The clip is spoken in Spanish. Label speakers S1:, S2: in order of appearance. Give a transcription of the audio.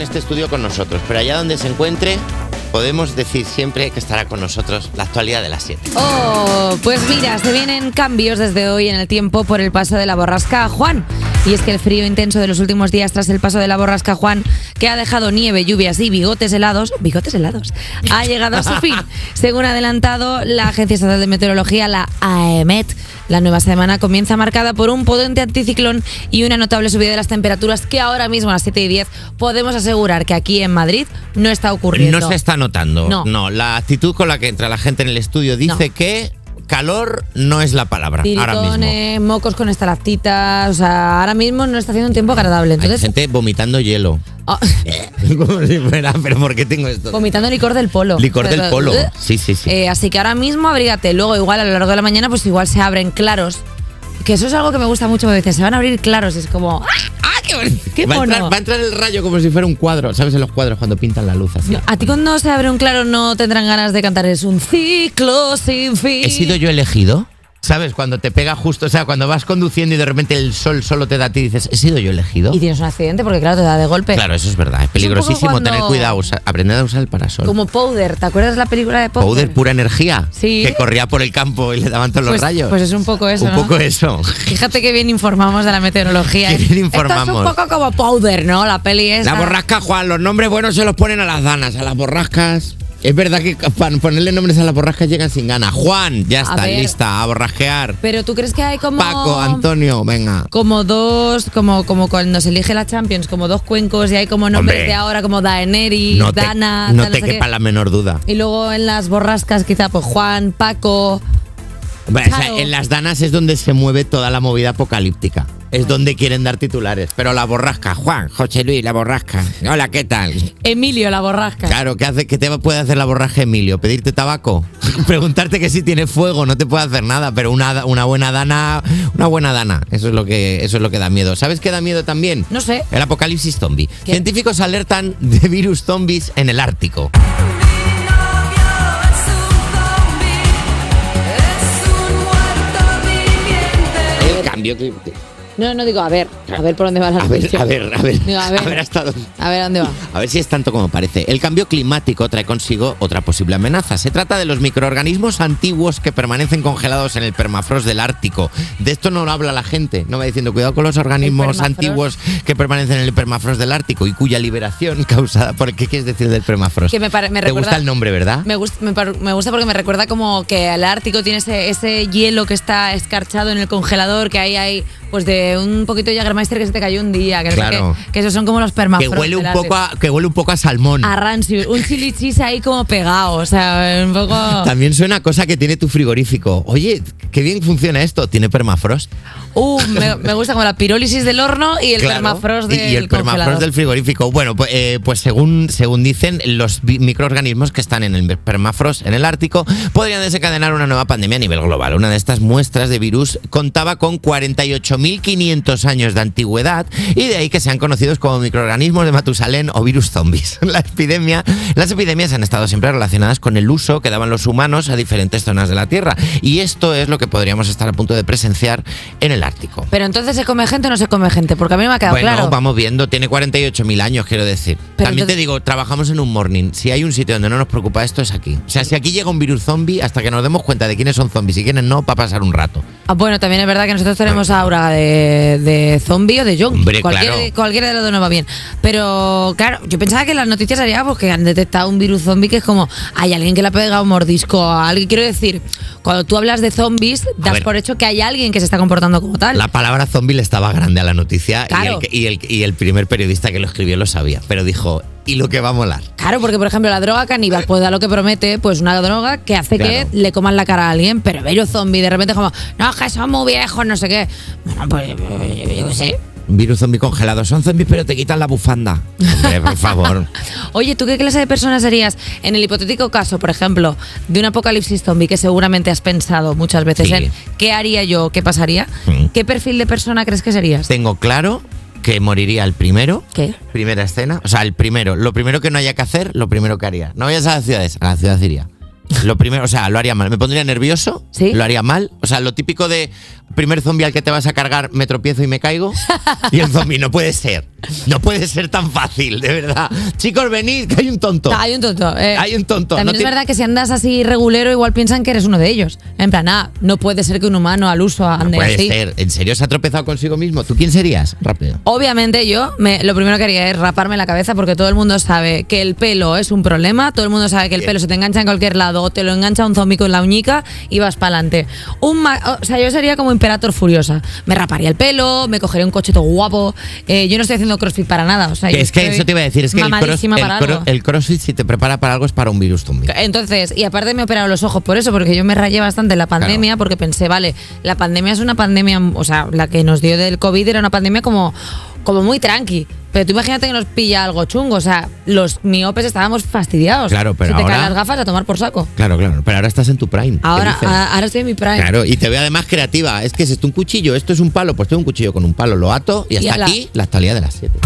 S1: este estudio con nosotros, pero allá donde se encuentre, podemos decir siempre que estará con nosotros la actualidad de las 7.
S2: Oh, pues mira, se vienen cambios desde hoy en el tiempo por el paso de la borrasca Juan. Y es que el frío intenso de los últimos días tras el paso de la borrasca Juan, que ha dejado nieve, lluvias y bigotes helados, bigotes helados, ha llegado a su fin. Según ha adelantado la Agencia Estatal de Meteorología, la E AEMET, la nueva semana comienza marcada por un potente anticiclón y una notable subida de las temperaturas que ahora mismo a las 7 y 10 podemos asegurar que aquí en Madrid no está ocurriendo.
S1: No se está notando.
S2: No.
S1: la actitud con la que entra la gente en el estudio dice
S2: No.
S1: que calor no es la palabra ahora mismo.
S2: Tiritones, mocos con estalactitas. O sea, ahora mismo no está haciendo un tiempo
S1: Hay
S2: agradable. Entonces,
S1: gente vomitando hielo.
S2: ah,
S1: Como si fuera, pero ¿por qué tengo esto?
S2: vomitando licor del polo.
S1: Licor del
S2: Pero,
S1: polo.
S2: eh,
S1: Sí, sí, sí.
S2: eh, así que ahora mismo abrígate. Luego, igual a lo largo de la mañana, pues igual se abren claros. Que eso es algo que me gusta mucho. Me dicen, se van a abrir claros. y es como. ¡Ah, qué, bon- qué
S1: va, a
S2: mono!
S1: entrar, va a entrar el rayo como si fuera un cuadro. ¿Sabes en los cuadros cuando pintan la luz así?
S2: A ti cuando se abre un claro no tendrán ganas de cantar. Es un ciclo sin fin.
S1: ¿He sido yo elegido? ¿Sabes? Cuando te pega justo, o sea, cuando vas conduciendo y de repente el sol solo te da a ti y dices, ¿he sido yo elegido?
S2: Y tienes un accidente porque, claro, te da de golpe.
S1: Claro, eso es verdad. Es peligrosísimo
S2: cuando-
S1: tener cuidado, usa- aprender a usar el parasol.
S2: Como Powder. ¿Te acuerdas la película de Powder?
S1: Powder pura energía
S2: Sí.
S1: que corría por el campo y le daban todos los
S2: pues,
S1: rayos.
S2: pues es un poco eso.
S1: un
S2: ¿no?
S1: poco eso.
S2: Fíjate que bien informamos de la meteorología.
S1: Qué
S2: ¿eh?
S1: bien informamos.
S2: Esto es un poco como Powder, ¿no? La peli es.
S1: La borrasca, Juan, los nombres buenos se los ponen a las danas, a las borrascas. Es verdad que para ponerle nombres a las borrascas llegan sin ganas. Juan, ya está,
S2: ver.
S1: lista, a borrasquear.
S2: Pero tú crees que hay como.
S1: Paco, Antonio, venga.
S2: Como dos, como, como cuando se elige la Champions, como dos cuencos y hay como nombres
S1: Hombre.
S2: de ahora como Daenerys,
S1: No te,
S2: Dana,
S1: no
S2: tal,
S1: te
S2: sé qué.
S1: quepa la menor duda.
S2: Y luego en las borrascas quizá pues Juan, Paco.
S1: Bueno, o sea,
S2: Claro.
S1: en las danas es donde se mueve toda la movida apocalíptica. Es donde quieren dar titulares. Pero la borrasca, Juan, José Luis, la borrasca. Hola, ¿qué tal?
S2: Emilio la borrasca.
S1: Claro, ¿qué, hace, qué te puede hacer la borraja, Emilio? ¿Pedirte tabaco? Preguntarte que si tiene fuego, no te puede hacer nada, pero una, una buena dana, una buena dana, eso es lo que eso es lo que da miedo. ¿Sabes qué da miedo también?
S2: No sé.
S1: El apocalipsis zombie.
S2: ¿Qué?
S1: Científicos alertan de virus zombies en el Ártico. El cambio que
S2: No, no digo, a ver, a ver por dónde va la
S1: a ver,
S2: noticia.
S1: a ver, a ver,
S2: Digo, a
S1: a
S2: ver.
S1: ver hasta dónde.
S2: A ver dónde va.
S1: A ver si es tanto como parece. El cambio climático trae consigo otra posible amenaza. Se trata de los microorganismos antiguos que permanecen congelados en el permafrost del Ártico. De esto no lo habla la gente. No va diciendo cuidado con los organismos
S2: permafrost.
S1: antiguos que permanecen en el permafrost del Ártico y cuya liberación causada por... ¿Qué quieres decir del permafrost?
S2: Que me pare- me
S1: Te
S2: recuerda-
S1: gusta el nombre, ¿verdad?
S2: Me gusta, me, par- me gusta porque me recuerda como que el Ártico tiene ese, ese hielo que está escarchado en el congelador, que ahí hay pues de un poquito de Jägermeister que se te cayó un día, que, no sé
S1: Claro.
S2: qué, que esos son como los
S1: Que
S2: permafrost.
S1: huele,
S2: del
S1: un
S2: Ártico. Ah,
S1: poco a, que huele un poco a salmón.
S2: A rancio, un chili cheese ahí como pegado, o sea, un poco...
S1: También suena a cosa que tiene tu frigorífico. Oye, qué bien funciona esto. Tiene permafrost.
S2: Uh, me, me gusta como la pirólisis del horno y el
S1: Claro.
S2: permafrost
S1: Y-
S2: del
S1: y el permafrost
S2: congelador.
S1: del frigorífico. Bueno, pues, eh, pues según, según dicen, los bi- microorganismos que están en el permafrost en el Ártico podrían desencadenar una nueva pandemia a nivel global. Una de estas muestras de virus contaba con 48.500 años de antigüedad y de ahí que sean conocidos como microorganismos de Matusalén o virus zombies. La epidemia, las epidemias han estado siempre relacionadas con el uso que daban los humanos a diferentes zonas de la Tierra y esto es lo que podríamos estar a punto de presenciar en el Ártico.
S2: Pero entonces se come gente o no se come gente, porque a mí me ha quedado
S1: Bueno,
S2: claro.
S1: vamos viendo, tiene 48.000 años, quiero decir.
S2: Pero
S1: También te
S2: entonces-
S1: digo, trabajamos en un morning. Si hay un sitio donde no nos preocupa esto, es aquí. O sea, si aquí llega un virus zombie, hasta que nos demos cuenta de quiénes son zombies y quiénes no, va a pasar un rato.
S2: Ah, bueno, también es verdad que nosotros tenemos aura de, de zombie o de young.
S1: Hombre,
S2: cualquiera,
S1: claro.
S2: cualquiera de los dos no va bien. Pero, claro, yo pensaba que las noticias harían porque han detectado un virus zombie que es como, hay alguien que le ha pegado un mordisco a alguien. Quiero decir, cuando tú hablas de zombies, das
S1: ver.
S2: por hecho que hay alguien que se está comportando como tal.
S1: La palabra zombie le estaba grande a la noticia y
S2: Claro.
S1: el que- y, el, y el primer periodista que lo escribió lo sabía. Pero dijo, ¿y lo que va a molar?
S2: Claro, porque por ejemplo la droga caníbal, pues da lo que promete, pues una droga que hace
S1: Claro.
S2: que le coman la cara a alguien, pero virus zombie, de repente es como, no, es que son muy viejos, no sé qué. Bueno, pues yo- yo qué sé.
S1: Un virus zombie congelado. Son zombies, pero te quitan la bufanda. Hombre, por favor.
S2: Oye, ¿tú qué clase de persona serías en el hipotético caso, por ejemplo, de un apocalipsis zombie que seguramente has pensado muchas veces
S1: Sí.
S2: en qué haría yo, qué pasaría?
S1: Mm.
S2: ¿Qué perfil de persona crees que serías?
S1: Tengo claro que moriría el primero.
S2: ¿Qué?
S1: Primera escena. O sea, el primero. Lo primero que no haya que hacer, lo primero que haría. No vayas a las ciudades. A las ciudades iría. Lo primero, o sea, lo haría mal. Me pondría nervioso.
S2: ¿Sí?
S1: Lo haría mal. O sea, lo típico de primer zombie al que te vas a cargar me tropiezo y me caigo. Y el zombie, no puede ser. No puede ser tan fácil, de verdad. Chicos, venid, que hay un tonto.
S2: Ah, hay un tonto. eh.
S1: Hay un tonto,
S2: También
S1: no
S2: es
S1: tiene-
S2: verdad que si andas así regulero, igual piensan que eres uno de ellos. En plan, ah, no puede ser que un humano al uso ande
S1: Puede
S2: así.
S1: ser. ¿En serio se ha tropezado consigo mismo? ¿Tú quién serías? Rápido.
S2: Obviamente yo me- lo primero que haría es raparme la cabeza porque todo el mundo sabe que el pelo es un problema, todo el mundo sabe que el pelo se te engancha en cualquier lado o te lo engancha un zombi con la uñica y vas para adelante. O sea, yo sería como Imperator Furiosa. Me raparía el pelo, me cogería un cocheto guapo. eh, yo no estoy haciendo crossfit para nada. O sea,
S1: Que
S2: yo
S1: es que
S2: estoy
S1: eso te iba a decir, es que el, cross-
S2: mamadísima
S1: el
S2: para
S1: cro-
S2: algo.
S1: el crossfit si te prepara para algo es para un virus zombie.
S2: Entonces, y aparte me he operado los ojos por eso, porque yo me rayé bastante en la pandemia, porque pensé, vale, la pandemia es una pandemia, o sea, la que nos dio del COVID era una pandemia como, como muy tranqui. Pero tú imagínate que nos pilla algo chungo, o sea, los miopes estábamos fastidiados.
S1: Claro, pero
S2: Se te
S1: ahora-
S2: caen las gafas a tomar por saco.
S1: Claro, claro. Pero ahora estás en tu prime. ¿qué
S2: Ahora,
S1: dices?
S2: a- ahora estoy en mi prime.
S1: Claro, y te veo además creativa. Es que es esto un cuchillo, esto es un palo, pues tengo un cuchillo con un palo, lo ato y
S2: Y
S1: hasta
S2: ala.
S1: aquí la actualidad de las 7.